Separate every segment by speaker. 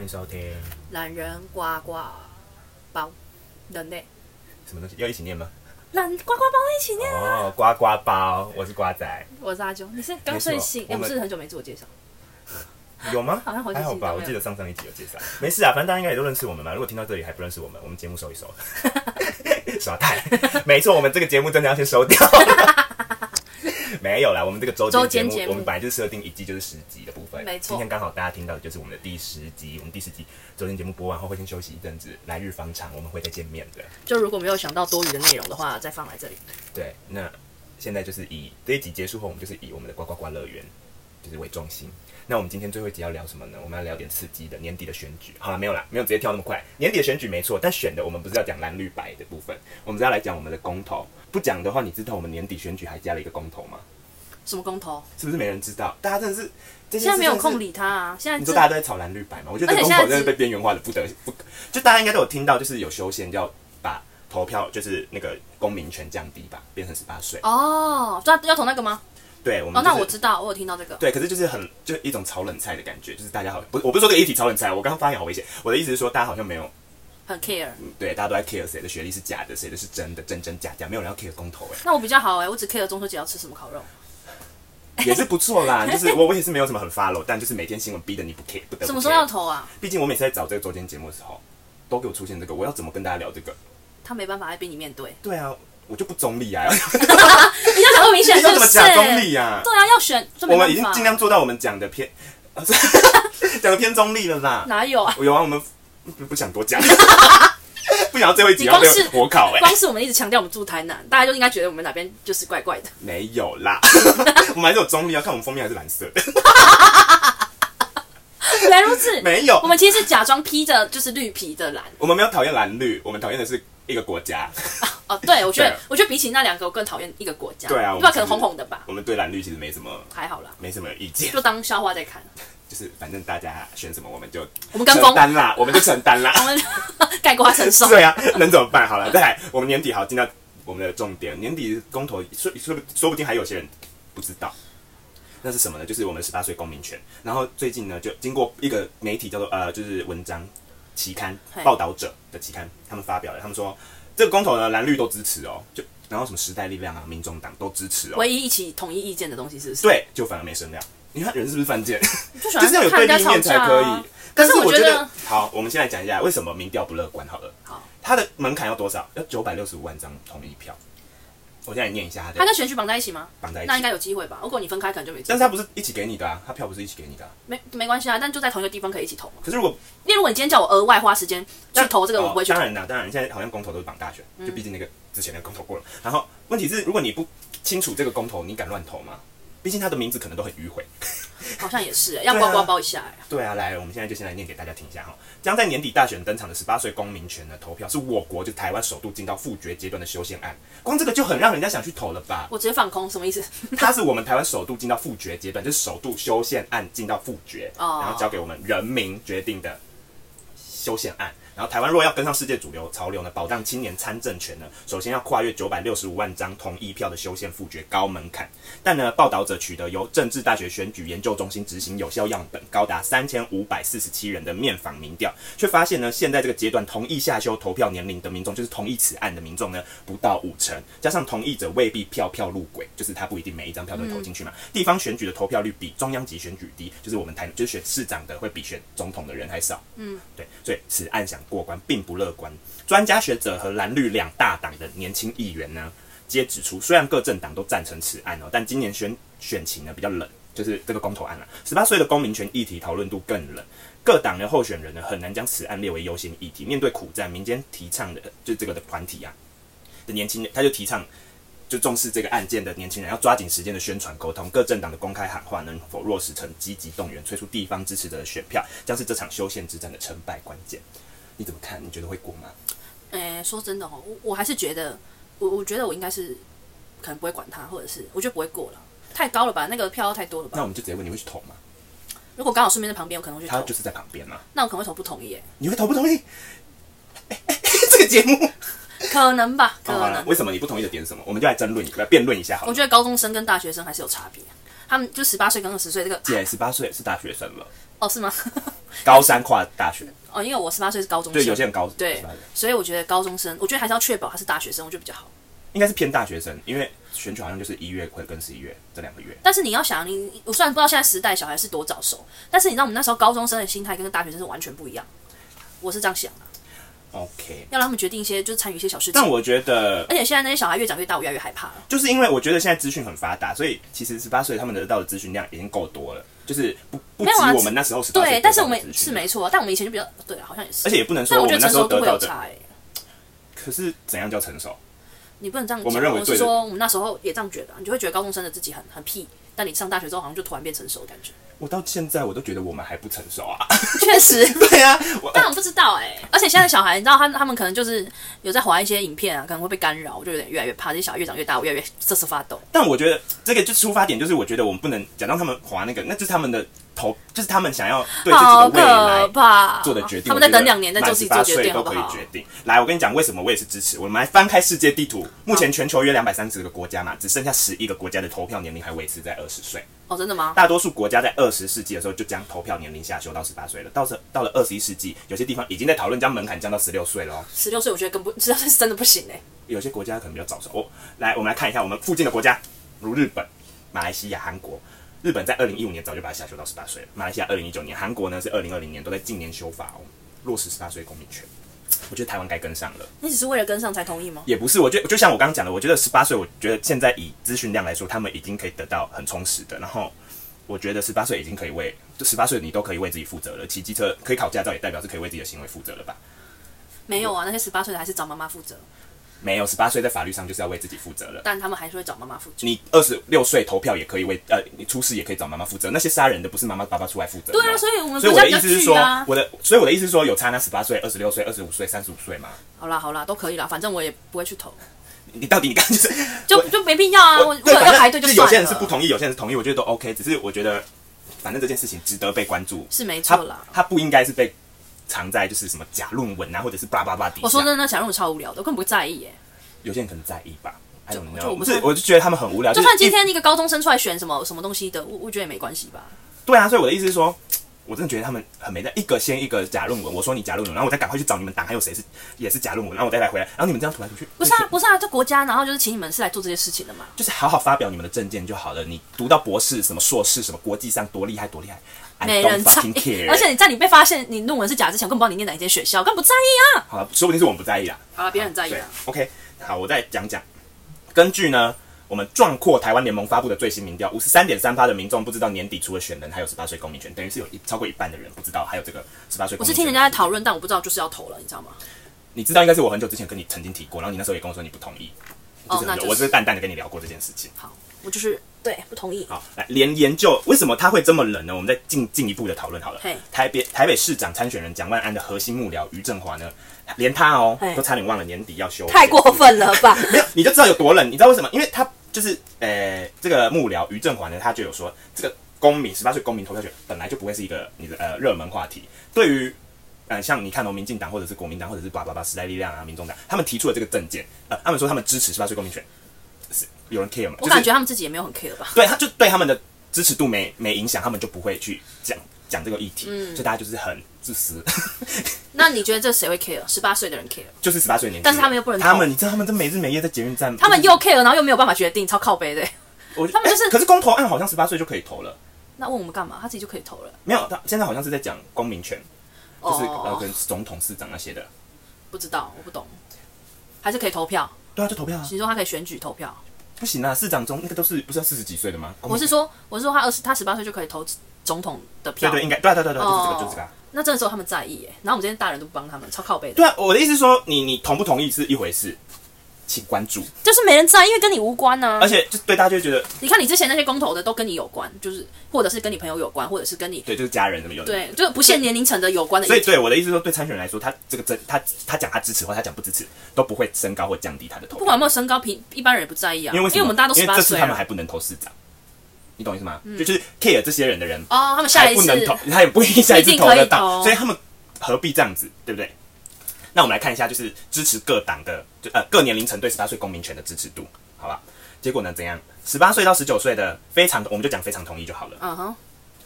Speaker 1: 迎收听
Speaker 2: 懒人呱呱包，人类
Speaker 1: 什么东西？要一起念吗？
Speaker 2: 懒呱呱包一起念。
Speaker 1: 哦，呱呱包，我是瓜仔，
Speaker 2: 我是阿啾，你是刚睡醒？
Speaker 1: 没错我
Speaker 2: 哎，不
Speaker 1: 们
Speaker 2: 是很久没自我介绍，
Speaker 1: 有吗？
Speaker 2: 好像好几集
Speaker 1: 还好吧，
Speaker 2: 都没有
Speaker 1: 我记得上上一集有介绍。没事啊，反正大家应该也都认识我们嘛。如果听到这里还不认识我们，我们节目收一 收，耍太。没错，我们这个节目真的要先收 掉了没有啦，我们这个周
Speaker 2: 周
Speaker 1: 间
Speaker 2: 间
Speaker 1: 节目，
Speaker 2: 节目
Speaker 1: 我们本来就设定一季就是十集的部分。
Speaker 2: 没错
Speaker 1: 今天刚好大家听到的就是我们的第十集。我们第十集周间节目播完后会先休息一阵子，来日方长，我们会再见面的。
Speaker 2: 就如果没有想到多余的内容的话，再放来这里。
Speaker 1: 对，那现在就是以这一集结束后，我们就是以我们的呱呱呱乐园就是为重心。那我们今天最后一集要聊什么呢？我们要聊点刺激的，年底的选举。好了，没有啦，没有直接跳那么快。年底的选举没错，但选的我们不是要讲蓝绿白的部分，我们是要来讲我们的公投。不讲的话，你知道我们年底选举还加了一个公投吗？
Speaker 2: 什么公投？
Speaker 1: 是不是没人知道？大家真的是这件事
Speaker 2: 现在没有
Speaker 1: 真的是
Speaker 2: 空理他啊！现在
Speaker 1: 你
Speaker 2: 真
Speaker 1: 说大家都在炒蓝绿白嘛？我觉得
Speaker 2: 而
Speaker 1: 这个
Speaker 2: 且
Speaker 1: 公投
Speaker 2: 现在
Speaker 1: 真的
Speaker 2: 只
Speaker 1: 被边缘化的不得不，就大家应该都有听到，就是有修宪要把投票就是那个公民权降低吧，变成十八岁。
Speaker 2: 哦，抓要投那个吗？
Speaker 1: 对，我们、
Speaker 2: 哦，
Speaker 1: 嗯就是
Speaker 2: 那我知道，我有听到这个。
Speaker 1: 对，可是就是很就一种炒冷菜的感觉，就是大家好，不是我不是说这个议题炒冷菜，我刚刚发言好危险。我的意思是说，大家好像没有嗯
Speaker 2: 很 care。
Speaker 1: 对，大家都在 care 谁的学历是假的，谁的是真的，真真假假，没有人要 care 公投哎、
Speaker 2: 那我比较好哎，我只 care 中秋节要吃什么烤肉，
Speaker 1: 欸也是不错啦。就是我我也是没有什么很 follow，但就是每天新闻逼得你不 care 不得不 care
Speaker 2: 什么时候要投啊？
Speaker 1: 毕竟我每次在找这个周间节目的时候，都给我出现这个，我要怎么跟大家聊这个？
Speaker 2: 他没办法来逼你 面对，
Speaker 1: 对啊，我就不中立啊，
Speaker 2: 你要讲不明 显
Speaker 1: 你
Speaker 2: 是
Speaker 1: 要
Speaker 2: 不
Speaker 1: 怎么
Speaker 2: 是？
Speaker 1: 假中立啊？
Speaker 2: 对啊，要选，这没
Speaker 1: 我
Speaker 2: 办法
Speaker 1: 们已经尽量做到我们讲的偏， 啊是讲的偏中立了啦。
Speaker 2: 哪有啊？
Speaker 1: 有啊，我们不不想多讲， 不想要最后一集
Speaker 2: 你
Speaker 1: 要
Speaker 2: 光
Speaker 1: 被
Speaker 2: 是
Speaker 1: 火烤哎、
Speaker 2: 光是我们一直强调我们住台南，大家就应该觉得我们哪边就是怪 怪的。
Speaker 1: 没有啦，我们还是有中立，要看我们封面还是蓝色 的，
Speaker 2: 原来如此，
Speaker 1: 没有
Speaker 2: 我，们其实是假装披着就是绿皮的蓝。
Speaker 1: 我们没有讨厌蓝绿，我们讨厌的是一个国家，
Speaker 2: 哦，对，我觉
Speaker 1: 对
Speaker 2: 得我觉得比起那两个，我更讨厌一个国家。
Speaker 1: 对啊我们
Speaker 2: 不知道可能
Speaker 1: 就是
Speaker 2: 红红的吧，
Speaker 1: 我们对蓝绿其实没什么
Speaker 2: 还好啦，
Speaker 1: 没什么意见，
Speaker 2: 就当笑话在看。
Speaker 1: 就是反正大家选什么我们就
Speaker 2: 我们跟
Speaker 1: 承
Speaker 2: 风，
Speaker 1: 担啦，我们就承担啦，
Speaker 2: 我们 盖瓜承受。
Speaker 1: 对啊，能怎么办？好了，再来，我们年底好进到我们的重点，年底公投说说不说不定还有些人不知道。那是什么呢？就是我们十八岁公民权。然后最近呢，就经过一个媒体叫做呃，就是文章期刊
Speaker 2: 嘿
Speaker 1: 报道者的期刊，他们发表了，他们说这个公投呢，蓝绿都支持哦，就然后什么时代力量啊、民众党都支持哦，
Speaker 2: 唯一一起统一意见的东西是不是？
Speaker 1: 对，就反而没声量。你看人是不是犯贱？
Speaker 2: 就喜
Speaker 1: 就是要有
Speaker 2: 欢
Speaker 1: 对
Speaker 2: 看人家
Speaker 1: 立
Speaker 2: 吵
Speaker 1: 面才
Speaker 2: 架
Speaker 1: 可以
Speaker 2: 啊。。
Speaker 1: 但
Speaker 2: 是
Speaker 1: 是
Speaker 2: 我
Speaker 1: 我觉
Speaker 2: 觉
Speaker 1: 得
Speaker 2: 得，
Speaker 1: 好，我们现在讲一下为什么民调不乐观好了。
Speaker 2: 好，
Speaker 1: 它的门槛要多少？要九百六十五万张同意票。我现在念一下它
Speaker 2: 他
Speaker 1: 的
Speaker 2: 跟选举绑在一起吗？
Speaker 1: 绑在一
Speaker 2: 那应
Speaker 1: 起，
Speaker 2: 该有机会吧？如果你分开，可能就没机
Speaker 1: 但
Speaker 2: 会。
Speaker 1: 是它不是一起给你的啊，它票不是一起给你的啊、
Speaker 2: 没没关系啊，但就在同一个地方可以一起投嘛。
Speaker 1: 可是如果
Speaker 2: 因为如果你今天叫我额外花时间去投这个，我不会嗯去
Speaker 1: 哦当然啦，当然，现在好像公投都是绑大选，就毕竟那个之前那个公投过了。然后问题是，如果你不清楚这个公投，你敢乱投吗？毕竟它的名字可能都很迂回。
Speaker 2: 投，好像也是欸要
Speaker 1: 对啊
Speaker 2: 呱呱包一下欸。
Speaker 1: 对啊，来，我们现在就先来念给大家听一下哈。将在年底大选登场的十八岁公民权的投票，是我国就台湾首度进到复决阶段的修宪案，光这个就很让人家想去投了 吧？
Speaker 2: 我直接放空，什么意思？
Speaker 1: 它是我们台湾首度进到复决阶段，就是首度修宪案进到复决，
Speaker 2: 哦
Speaker 1: 然后交给我们人民决定的修宪案。然后台湾若要跟上世界主流潮流呢，保障青年参政权呢，首先要跨越九百六十五万张同意票的修宪复决高门槛。但呢，报道者取得由政治大学选举研究中心执行有效样本高达三千五百四十七人的面访民调，却发现呢，现在这个阶段同意下修投票年龄的民众，就是同意此案的民众呢，不到五成，加上同意者未必票票入轨，就是他不一定每一张票都会投进去嘛。地方选举的投票率比中央级选举低，就是我们台就是选市长的会比选总统的人还少。对，所以此案想过关并不乐观。专家学者和蓝绿两大党的年轻议员呢，皆指出，虽然各政党都赞成此案哦，但今年选选情呢比较冷，就是这个公投案了、十八岁的公民权议题讨论度更冷。各党的候选人呢，很难将此案列为优先议题。面对苦战，民间提倡的就这个的团体啊的年轻人，他就提倡就重视这个案件的年轻人，要抓紧时间的宣传沟通，各政党的公开喊话能否落实成积极动员，催促地方支持者的选票，将是这场修宪之战的成败关键。你怎么看？你觉得会过吗？
Speaker 2: 诶、说真的哦，我我还是觉得，我我觉得我应该是可能不会管他，或者是我觉得不会过了，太高了吧，那个票太多了吧
Speaker 1: 那。我们就直接问你会去投吗？
Speaker 2: 如果刚好顺便在旁边，我可能会去
Speaker 1: 他
Speaker 2: 投，
Speaker 1: 就是在旁边嘛，
Speaker 2: 那我可能会投不同意耶，
Speaker 1: 你会投不同意？哎这个节 目，
Speaker 2: 可能吧，可
Speaker 1: 好好了
Speaker 2: 能。，
Speaker 1: 为什么你不同意的点是什么？我们就来争论一，来辩论一下好
Speaker 2: 我
Speaker 1: 了。
Speaker 2: 觉得高中生跟大学生还是有差别，他们就十八岁跟二十岁这个，
Speaker 1: 姐十八岁是大学生了，
Speaker 2: 哦是吗？
Speaker 1: 高三跨大学，
Speaker 2: 哦，因为我十八岁是高中生，
Speaker 1: 对，有些人高
Speaker 2: 对
Speaker 1: 18的
Speaker 2: 所以我觉得高中生，我觉得还是要确保他是大学生，我觉得比较好。
Speaker 1: 应该是偏大学生，因为选举好像就是一月会跟十一月这两个月。
Speaker 2: 但是你要想，你我虽然不知道现在时代小孩是多早熟，但是你知道我们那时候高中生的心态跟大学生是完全不一样。我是这样想的，
Speaker 1: OK，
Speaker 2: 要让他们决定一些，就是参与一些小事情
Speaker 1: 但。我觉得
Speaker 2: 而且现在那些小孩越长越大，我越来越害怕了。
Speaker 1: 就是因为我觉得现在资讯很发达，所以其实十八岁他们得到的资讯量已经够多了，就是不不
Speaker 2: 没
Speaker 1: 止
Speaker 2: 有啊
Speaker 1: 我们那时候十八岁
Speaker 2: 对，
Speaker 1: 得
Speaker 2: 但是
Speaker 1: 到
Speaker 2: 我
Speaker 1: 的
Speaker 2: 们
Speaker 1: 资讯
Speaker 2: 是没错，但我们以前就比较对啊，好像也是。
Speaker 1: 而且也不能
Speaker 2: 但
Speaker 1: 说
Speaker 2: 我
Speaker 1: 我
Speaker 2: 觉得
Speaker 1: 们那
Speaker 2: 成
Speaker 1: 时候
Speaker 2: 熟
Speaker 1: 得
Speaker 2: 度会
Speaker 1: 到
Speaker 2: 有
Speaker 1: 的，
Speaker 2: 差哎、
Speaker 1: 可是怎样叫成熟？
Speaker 2: 你不能这样讲。
Speaker 1: 我们认为
Speaker 2: 我
Speaker 1: 对
Speaker 2: 是
Speaker 1: 的
Speaker 2: 说，我们那时候也这样觉得啊，你就会觉得高中生的自己很很屁，但你上大学之后好像就突然变成熟的感觉。
Speaker 1: 我到现在我都觉得我们还不成熟啊！
Speaker 2: 确实，
Speaker 1: 对啊，我
Speaker 2: 但我不知道哎、而且现在小孩，你知道他他们可能就是有在划一些影片啊，可能会被干扰，我就有点越来越怕。这些小孩越长越大，我越来越瑟瑟发抖。
Speaker 1: 但我觉得这个就出发点就是，我觉得我们不能讲让他们划那个，那就是他们的头，就是他们想要对自己的
Speaker 2: 好哦
Speaker 1: 未来
Speaker 2: 可怕！
Speaker 1: 做的决定。
Speaker 2: 他们再等两年再做自己做决定，
Speaker 1: 都
Speaker 2: 好不
Speaker 1: 可以
Speaker 2: 好？
Speaker 1: 决定。来，我跟你讲为什么我也是支持。我们来翻开世界地图，目前全球约两百三十个国家嘛，只剩下十一个国家的投票年龄还维持在二十岁。
Speaker 2: 哦，真的吗？
Speaker 1: 大多数国家在二十世纪的时候就将投票年龄下修到十八岁了，到时到了二十一世纪，有些地方已经在讨论将门槛降到十六岁了哦。
Speaker 2: 十六岁我觉得更不，十六岁是真的不行哎、
Speaker 1: 有些国家可能比较早熟。哦、来，我们来看一下我们附近的国家，如日本、马来西亚、韩国。日本在二零一五年早就把它下修到十八岁了，马来西亚二零一九年，韩国呢是二零二零年都在近年修法哦，落实十八岁公民权。我觉得台湾该跟上了，
Speaker 2: 你只是为了跟上才同意吗？
Speaker 1: 也不是，我觉得就像我刚刚讲的，我觉得十八岁，我觉得现在以资讯量来说，他们已经可以得到很充实的，然后。我觉得十八岁已经可以为，就十八岁你都可以为自己负责了。骑机车可以考驾照，也代表是可以为自己的行为负责了吧？
Speaker 2: 没有啊，那些十八岁的还是找妈妈负责，
Speaker 1: 没有，十八岁在法律上就是要为自己负责了。
Speaker 2: 但他们还是会找妈妈负责。
Speaker 1: 你二十六岁投票也可以为呃，你出事也可以找妈妈负责。那些杀人的不是妈妈爸爸出来负责吗？
Speaker 2: 对啊，所以我们
Speaker 1: 所以
Speaker 2: 国
Speaker 1: 我
Speaker 2: 家
Speaker 1: 的
Speaker 2: 比
Speaker 1: 意
Speaker 2: 较
Speaker 1: 思是
Speaker 2: 巨
Speaker 1: 说
Speaker 2: 啊，。
Speaker 1: 我的所以我的意思是说，有差那十八岁、二十六岁、二十五岁、三十五岁吗？
Speaker 2: 好啦好啦，都可以啦，反正我也不会去投，
Speaker 1: 你到底你刚刚就是
Speaker 2: 就就没必要啊。我我
Speaker 1: 对，
Speaker 2: 有
Speaker 1: 反
Speaker 2: 要
Speaker 1: 正
Speaker 2: 排队就
Speaker 1: 就
Speaker 2: 算
Speaker 1: 是
Speaker 2: 了。
Speaker 1: 有些人是不同意，有些人是同意，我觉得都 OK。只是我觉得，反正这件事情值得被关注，
Speaker 2: 是没
Speaker 1: 它
Speaker 2: 错啦。
Speaker 1: 它不应该是被藏在就是什么假论文啊，或者是叭叭叭底下。
Speaker 2: 我说真的，那小任务超无聊的，我根本不在意耶。
Speaker 1: 有些人可能在意吧。I don't
Speaker 2: 就
Speaker 1: know，
Speaker 2: 我
Speaker 1: 不
Speaker 2: 不
Speaker 1: 是
Speaker 2: 知，道
Speaker 1: 我就觉得他们很无聊。
Speaker 2: 就是算今
Speaker 1: 一
Speaker 2: 天一个高中生出来选什么什么东西的，我我觉得也没关系吧。
Speaker 1: 对啊，所以我的意思是说，我真的觉得他们很没在一个先一个假论文，我说你假论文，然后我再赶快去找你们党还有谁是也是假论文，然后我再来回来，然后你们这样吐来吐去，
Speaker 2: 不是啊，不是啊，这国家然后就是请你们是来做这些事情的嘛。
Speaker 1: 就是好好发表你们的证件就好了。你读到博士什么硕士什么国际上多厉害多厉害
Speaker 2: 没
Speaker 1: ，I don't
Speaker 2: 人在
Speaker 1: fucking
Speaker 2: 意，
Speaker 1: care。
Speaker 2: 而且你在你被发现你论文是假之前，我根本不知道你念哪一间学校，我根本不在意啊。
Speaker 1: 好了，说不定是我们不在意啦。
Speaker 2: 好了，别人很在意
Speaker 1: 对
Speaker 2: 啊。
Speaker 1: ，OK，好，我再讲讲。根据呢，我们壮阔台湾联盟发布的最新民调，五十三点三趴的民众不知道年底除了选人还有十八岁公民权，等于是有一超过一半的人不知道还有这个十八岁
Speaker 2: 我
Speaker 1: 公
Speaker 2: 是
Speaker 1: 民
Speaker 2: 听
Speaker 1: 权。
Speaker 2: 人家在讨论，但我不知道就是要投了，你知道吗？
Speaker 1: 你知道应该是我很久之前跟你曾经提过，然后你那时候也跟我说你不同意，就
Speaker 2: 哦
Speaker 1: 是，很
Speaker 2: 那
Speaker 1: 久、
Speaker 2: 就
Speaker 1: 我是
Speaker 2: 是
Speaker 1: 淡淡的跟你聊过这件事情。
Speaker 2: 好，我就是对不同意。
Speaker 1: 好，来连研究为什么他会这么冷呢？我们再进进一步的讨论好了
Speaker 2: 嘿。
Speaker 1: 台北台北市长参选人蒋万安的核心幕僚于振华呢，连他哦
Speaker 2: 嘿
Speaker 1: 都差点忘了年底要休，
Speaker 2: 太过分了吧？
Speaker 1: 没有，你就知道有多冷。你知道为什么？因为他就是呃，这个幕僚于振华呢，他就有说，这个公民十八岁公民投票权本来就不会是一个你的呃热门话题。对于呃，像你看哦，民进党或者是国民党或者是叭叭叭时代力量啊、民众党，他们提出了这个政见，呃，他们说他们支持十八岁公民权，是有人 care 吗？
Speaker 2: 我
Speaker 1: 就是
Speaker 2: 感觉他们自己也没有很 care 吧。
Speaker 1: 对，他就对他们的支持度没没影响，他们就不会去讲讲这个议题，所以大家就是很自私，
Speaker 2: 那你觉得这谁会 care？十八岁的人 care，
Speaker 1: 就是十八岁的年纪，
Speaker 2: 但是他们又不能
Speaker 1: 他
Speaker 2: 投
Speaker 1: 们你知道他们这每日每夜在捷运站，
Speaker 2: 他们
Speaker 1: 就是
Speaker 2: 又 care，然后又没有办法决定，超靠背的。
Speaker 1: 我觉得
Speaker 2: 他们就是
Speaker 1: 哎可是公投案好像十八岁就可以投了。
Speaker 2: 那问我们干嘛？他自己就可以投了。
Speaker 1: 没有，他现在好像是在讲公民权，就是、呃
Speaker 2: 哦，
Speaker 1: 跟总统、市长那些的。
Speaker 2: 不知道，我不懂。还是可以投票？
Speaker 1: 对啊，就投票啊！
Speaker 2: 你说他可以选举投票？
Speaker 1: 不行啊，市长中那个都是不是要四十几岁的吗？公
Speaker 2: 我
Speaker 1: 民
Speaker 2: 是说，我是说他二十，他十八岁就可以投总统的
Speaker 1: 对
Speaker 2: 票。
Speaker 1: 对，应该对啊对啊对啊对啊，就是这个
Speaker 2: 哦
Speaker 1: 就是这个啊。
Speaker 2: 那这时候他们在意耶，然后我们这些大人都不帮他们，超靠背的，
Speaker 1: 对啊，我的意思是说，你你同不同意是一回事，请关注，
Speaker 2: 就是没人在，因为跟你无关啊呢、
Speaker 1: 而且就对大家就会觉得
Speaker 2: 你看你之前那些公投的都跟你有关，就是或者是跟你朋友有关，或者是跟你
Speaker 1: 对就是家人什么有的。
Speaker 2: 对，就是不限年龄层的有关的
Speaker 1: 所以
Speaker 2: 议题，
Speaker 1: 对我的意思是说，对参选人来说，他这个真他他讲他支持或他讲不支持，都不会升高或降低他的投票。
Speaker 2: 不管有没有身高，平一般人也不在意啊，嗯
Speaker 1: 因为为什么
Speaker 2: 我们大家都
Speaker 1: 因
Speaker 2: 十
Speaker 1: 为
Speaker 2: 八
Speaker 1: 这次
Speaker 2: 岁啊
Speaker 1: 他们
Speaker 2: 了
Speaker 1: 还不能投市长，你懂意思吗？就就是 care 这些人的人
Speaker 2: 哦，他们下
Speaker 1: 还
Speaker 2: 一
Speaker 1: 不
Speaker 2: 次
Speaker 1: 能投，他也不一定下一次投
Speaker 2: 不
Speaker 1: 得
Speaker 2: 一定可以
Speaker 1: 到，
Speaker 2: 投
Speaker 1: 所以他们何必这样子，对不对？那我们来看一下，就是支持各党的，就呃各年龄层对十八岁公民权的支持度，好吧？结果呢，怎样？十八岁到十九岁的非常，我们就讲非常同意就好了。
Speaker 2: 嗯哼，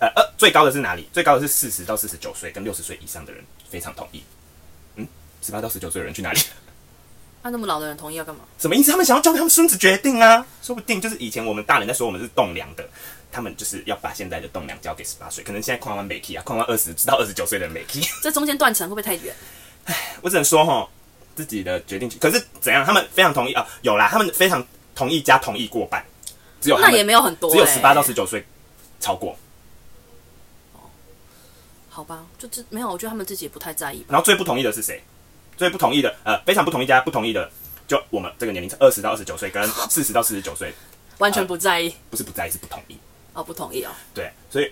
Speaker 1: 呃呃，最高的是哪里？最高的是四十到四十九岁跟六十岁以上的人非常同意。嗯，十八到十九岁的人去哪里？
Speaker 2: 那那么老的人同意要干嘛？
Speaker 1: 什么意思？他们想要教他们孙子决定啊，说不定就是以前我们大人在说我们是栋梁的，他们就是要把现在的栋梁交给十八岁，可能现在框完美 key 啊，框完二十到二十九岁的美 key，
Speaker 2: 这中间断层会不会太远？
Speaker 1: 我只能说哈，自己的决定权。可是怎样？他们非常同意啊，有啦，他们非常同意加同意过半，只有他
Speaker 2: 那
Speaker 1: 们
Speaker 2: 也没有很多、欸，
Speaker 1: 只有十八到十九岁超过。
Speaker 2: 好吧，就这没有，我觉得他们自己也不太在意吧。
Speaker 1: 然后最不同意的是谁？最不同意的，呃，非常不同意加不同意的，就我们这个年龄层，二十到二十九岁跟四十到四十九岁，
Speaker 2: 完全不在意、
Speaker 1: 不是不在意，是不同意。
Speaker 2: 哦，不同意哦。
Speaker 1: 对，所以，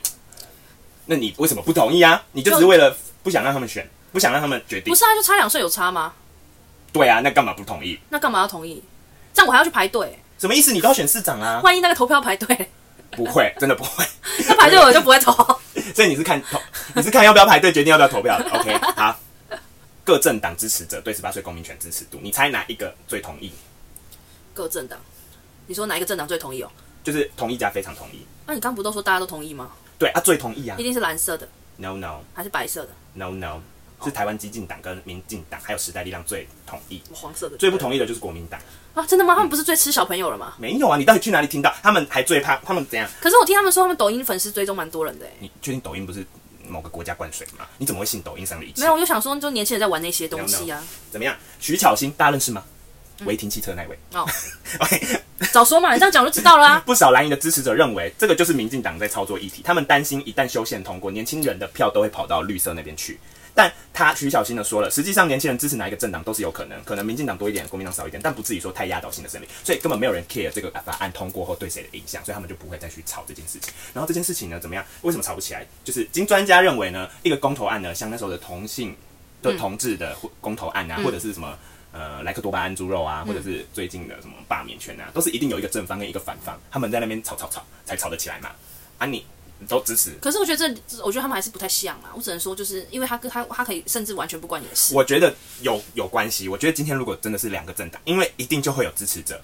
Speaker 1: 那你为什么不同意啊？你就只是为了不想让他们选，不想让他们决定
Speaker 2: 不。是啊，就差两岁有差吗？
Speaker 1: 对啊，那干嘛不同意？
Speaker 2: 那干嘛要同意？这样我还要去排队，
Speaker 1: 什么意思？你都要选市长啊？
Speaker 2: 万一那个投票排队，
Speaker 1: 不会，真的不会。
Speaker 2: 那排队我就不会投。
Speaker 1: 所以你是看投，你是看要不要排队决定要不要投票的。OK，好。 各政党支持者对十八岁公民权支持度，你猜哪一个最同意？
Speaker 2: 各政党，你说哪一个政党最同意哦？
Speaker 1: 就是同意加非常同意。
Speaker 2: 那你刚不都说大家都同意吗？
Speaker 1: 对啊，最同意啊
Speaker 2: 一。定是蓝色的
Speaker 1: No no
Speaker 2: 还是白色的？
Speaker 1: no no，是台湾激进党跟民进党还有时代力量最同意，
Speaker 2: 我黄色的
Speaker 1: 最不同意的就是国民党。
Speaker 2: 啊？真的吗？他们不是最吃小朋友了吗？
Speaker 1: 没有啊，你到底去哪里听到？他们还最怕他们怎样？
Speaker 2: 可是我听他们说，他们抖音粉丝追踪蛮多人的、欸。
Speaker 1: 你确定抖音不是某个国家灌水吗？你怎么会信抖音上的一切？
Speaker 2: 没有，我就想说，就年轻人在玩那些东西啊。
Speaker 1: 怎么样？徐巧芯大家认识吗？
Speaker 2: 嗯
Speaker 1: 违停汽车那位。
Speaker 2: 哦，
Speaker 1: OK，
Speaker 2: 早说嘛，你这样讲就知道啦、
Speaker 1: 不少蓝营的支持者认为，这个就是民进党在操作议题。他们担心一旦修宪通过，年轻人的票都会跑到绿色那边去。但他徐小新的说了，实际上年轻人支持哪一个政党都是有可能，可能民进党多一点，国民党少一点，但不至于说太压倒性的胜利，所以根本没有人 care 这个法案通过后对谁的影响，所以他们就不会再去吵这件事情。然后这件事情呢，怎么样？为什么吵不起来？就是经专家认为呢，一个公投案呢，像那时候的同性
Speaker 2: 嗯
Speaker 1: 的同志的公投案啊，或者是什么呃莱克多巴胺猪肉
Speaker 2: 嗯
Speaker 1: 啊，或者是最近的什么罢免权啊，都是一定有一个正方跟一个反方，他们在那边吵吵吵才吵得起来嘛。啊你，你都支持，
Speaker 2: 可是我觉得这，我觉得他们还是不太像啊。我只能说，就是因为他跟他他可以甚至完全不关你的事。
Speaker 1: 我觉得有有关系。我觉得今天如果真的是两个政党，因为一定就会有支持者，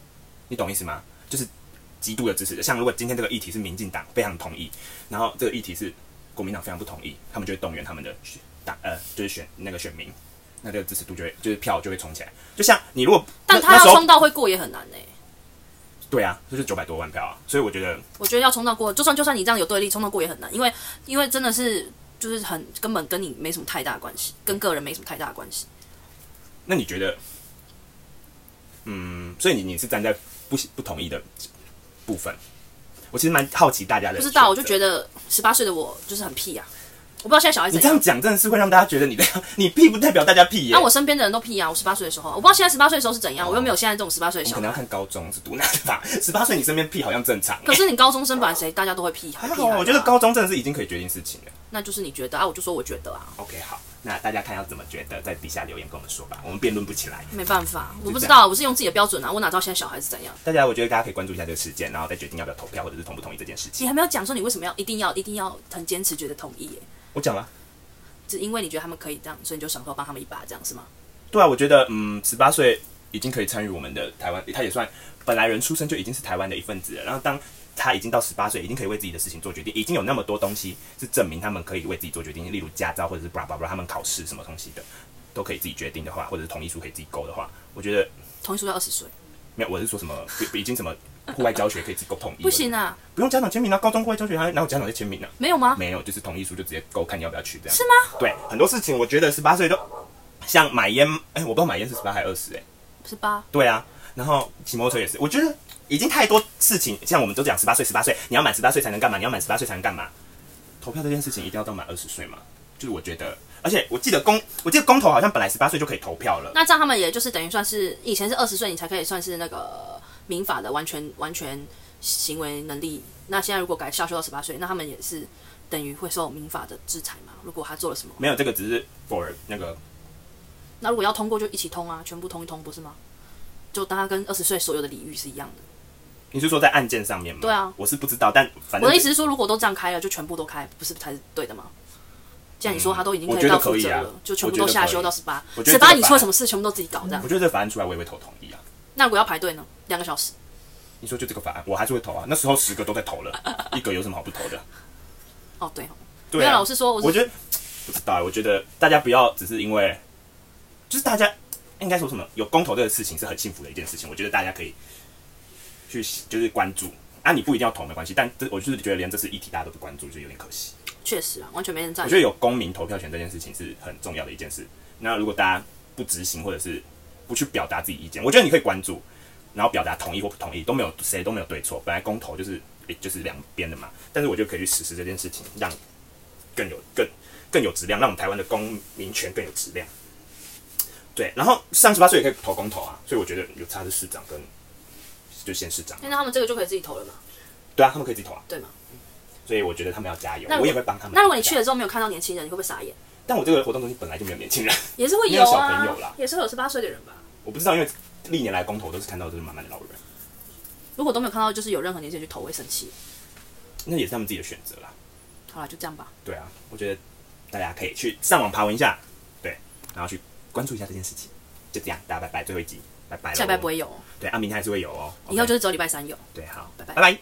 Speaker 1: 你懂意思吗？就是极度的支持者。像如果今天这个议题是民进党非常同意，然后这个议题是国民党非常不同意，他们就会动员他们的选党呃，就是选那个选民，那这个支持度就会就是票就会冲起来。就像你如果
Speaker 2: 但
Speaker 1: 那
Speaker 2: 他
Speaker 1: 那时
Speaker 2: 要
Speaker 1: 候
Speaker 2: 冲到会过也很难呢、欸
Speaker 1: 对啊，这就是九百多万票啊，所以我觉得
Speaker 2: 我觉得要冲到过，就算就算你这样有对立，冲到过也很难，因为因为真的是就是很根本跟你没什么太大关系，跟个人没什么太大关系。
Speaker 1: 那你觉得，嗯，所以你你是站在不喜不同意的部分？我其实蛮好奇大家的选
Speaker 2: 不
Speaker 1: 择，
Speaker 2: 知道，我就觉得十八岁的我就是很屁啊！我不知道现在小孩
Speaker 1: 你
Speaker 2: 怎
Speaker 1: 这
Speaker 2: 样
Speaker 1: 样。讲真的是会让大家觉得你的 你屁不代表大家屁耶、
Speaker 2: 那、我身边的人都屁啊！我十八岁的时候，我不知道现在十八岁的时候是
Speaker 1: 哦
Speaker 2: 怎样，我又没有现在这种十八岁的
Speaker 1: 你
Speaker 2: 小
Speaker 1: 可能要
Speaker 2: 孩。
Speaker 1: 看高中是读哪里吧。十八岁你身边屁好像正常、欸，
Speaker 2: 可是你高中生本来谁大家都会屁 孩，
Speaker 1: 还
Speaker 2: 屁
Speaker 1: 好
Speaker 2: 孩
Speaker 1: 啊。我觉得
Speaker 2: 啊
Speaker 1: 高中真的是已经可以决定事情了。
Speaker 2: 那就是你觉得啊，我就说我觉得啊，
Speaker 1: OK，好，那大家看要怎么觉得，在底下留言跟我们说吧。我们辩论不起来，
Speaker 2: 没办法，我不知
Speaker 1: 这样
Speaker 2: 道，我是用自己的标准啊，我哪知道现在小孩是怎样？
Speaker 1: 大家我觉得大家可以关注一下这个事件，然后再决定要不要投票，或者是同不同意这件事情。
Speaker 2: 你还没有讲说你为什么要一定要一定要很坚持觉得同意耶，
Speaker 1: 我讲了。
Speaker 2: 只因为你觉得他们可以这样，所以你就想说帮他们一把，这样是吗？
Speaker 1: 对啊，我觉得嗯，十八岁已经可以参与我们的台湾，他也算本来人出生就已经是台湾的一份子了。然后当他已经到十八岁，已经可以为自己的事情做决定，已经有那么多东西是证明他们可以为自己做决定，例如驾照或者是 blah blah blah，他们考试什么东西的都可以自己决定的话，或者是同意书可以自己勾的话，我觉得
Speaker 2: 同意书要二十岁，
Speaker 1: 没有，我是说什么不不已经什么户外教学可以自己勾同意，
Speaker 2: 不，行啊，
Speaker 1: 不用家长签名啊，高中户外教学还哪有家长在签名呢、
Speaker 2: 没有吗？
Speaker 1: 没有，就是同意书就直接勾，看你要不要去这样。
Speaker 2: 是吗？
Speaker 1: 对，很多事情我觉得十八岁都像买烟，哎、我不知道买烟是十八还是二十哎。
Speaker 2: 是吧？
Speaker 1: 对啊，然后骑摩托车也是，我觉得已经太多事情，像我们都讲十八岁，十八岁，你要满十八岁才能干嘛？你要满十八岁才能干嘛？投票这件事情一定要到满二十岁嘛？就是我觉得，而且我记得公，我记得公投好像本来十八岁就可以投票了。
Speaker 2: 那这样他们也就是等于算是以前是二十岁你才可以算是那个民法的完全完全行为能力，那现在如果改下修到十八岁，那他们也是等于会受民法的制裁嘛？如果他做了什么，
Speaker 1: 没有，这个只是 for 那个，
Speaker 2: 那如果要通过就一起通啊，全部通一通不是吗？就当他跟二十岁所有的礼遇是一样的。
Speaker 1: 你是说在案件上面吗？
Speaker 2: 对啊
Speaker 1: 我是不知道，但反正
Speaker 2: 我的意思是说，如果都这样开了，就全部都开，不是才是对的吗？既然你说他都已经
Speaker 1: 我
Speaker 2: 可
Speaker 1: 觉
Speaker 2: 以
Speaker 1: 得
Speaker 2: 到
Speaker 1: 可
Speaker 2: 负
Speaker 1: 以
Speaker 2: 责
Speaker 1: 啊
Speaker 2: 了，就全部
Speaker 1: 我觉
Speaker 2: 都
Speaker 1: 得
Speaker 2: 下
Speaker 1: 可以
Speaker 2: 修到十八，
Speaker 1: 我觉得
Speaker 2: 十
Speaker 1: 这个嗯
Speaker 2: 八你
Speaker 1: 法
Speaker 2: 出了什么事，全部都自己搞这样
Speaker 1: 我。觉得这个法案出来我也会投同意啊。
Speaker 2: 那如果要排队呢？两个小时，
Speaker 1: 你说就这个法案，我还是会投啊。那时候十个都在投了，一个有什么好不投的？
Speaker 2: 哦，对哦，
Speaker 1: 对
Speaker 2: 没有啦，
Speaker 1: 啊
Speaker 2: 我，是说我是
Speaker 1: 我觉得不知道欸，我觉得大家不要只是因为，就是大家应该说什么有公投这个事情是很幸福的一件事情，我觉得大家可以去就是关注啊，你不一定要投没关系，但这我就是觉得连这次议题大家都不关注，就有点可惜。
Speaker 2: 确实啊，完全没人赞
Speaker 1: 我觉得
Speaker 2: 成。
Speaker 1: 有公民投票权这件事情是很重要的一件事。那如果大家不执行或者是不去表达自己意见，我觉得你可以关注，然后表达同意或不同意都没有谁都没有对错。本来公投就是诶就是两边的嘛，但是我就可以去实施这件事情，让更有更更有质量，让我们台湾的公民权更有质量。对，然后上十八岁也可以投公投啊，所以我觉得有差是市长跟就县市长，
Speaker 2: 因为他们这个就可以自己投了嘛，
Speaker 1: 对啊，他们可以自己投啊，
Speaker 2: 对吗？
Speaker 1: 所以我觉得他们要加油
Speaker 2: 那，
Speaker 1: 我
Speaker 2: 如果
Speaker 1: 也会帮他们。啊
Speaker 2: 那如果你去了，之后没有看到年轻人，你会不会傻眼？
Speaker 1: 但我这个活动中心本来就没有年轻人。
Speaker 2: 也是会
Speaker 1: 没有小
Speaker 2: 啊，
Speaker 1: 朋友啦
Speaker 2: 也是会有十八岁的人吧。
Speaker 1: 我不知道，因为历年来公投都是看到都是满满的老人，
Speaker 2: 如果都没有看到，就是有任何年轻人去投，我会生气。
Speaker 1: 那也是他们自己的选择啦。
Speaker 2: 好了，就这样吧。
Speaker 1: 对啊，我觉得大家可以去上网爬文一下，对，然后去关注一下这件事情。就这样，大家拜拜，最后一集，拜拜。
Speaker 2: 下礼拜不。会有哦，
Speaker 1: 对，啊，明天还是会有哦。
Speaker 2: 以后就是是只有礼拜三有。
Speaker 1: 对，好，
Speaker 2: 拜拜
Speaker 1: 拜拜。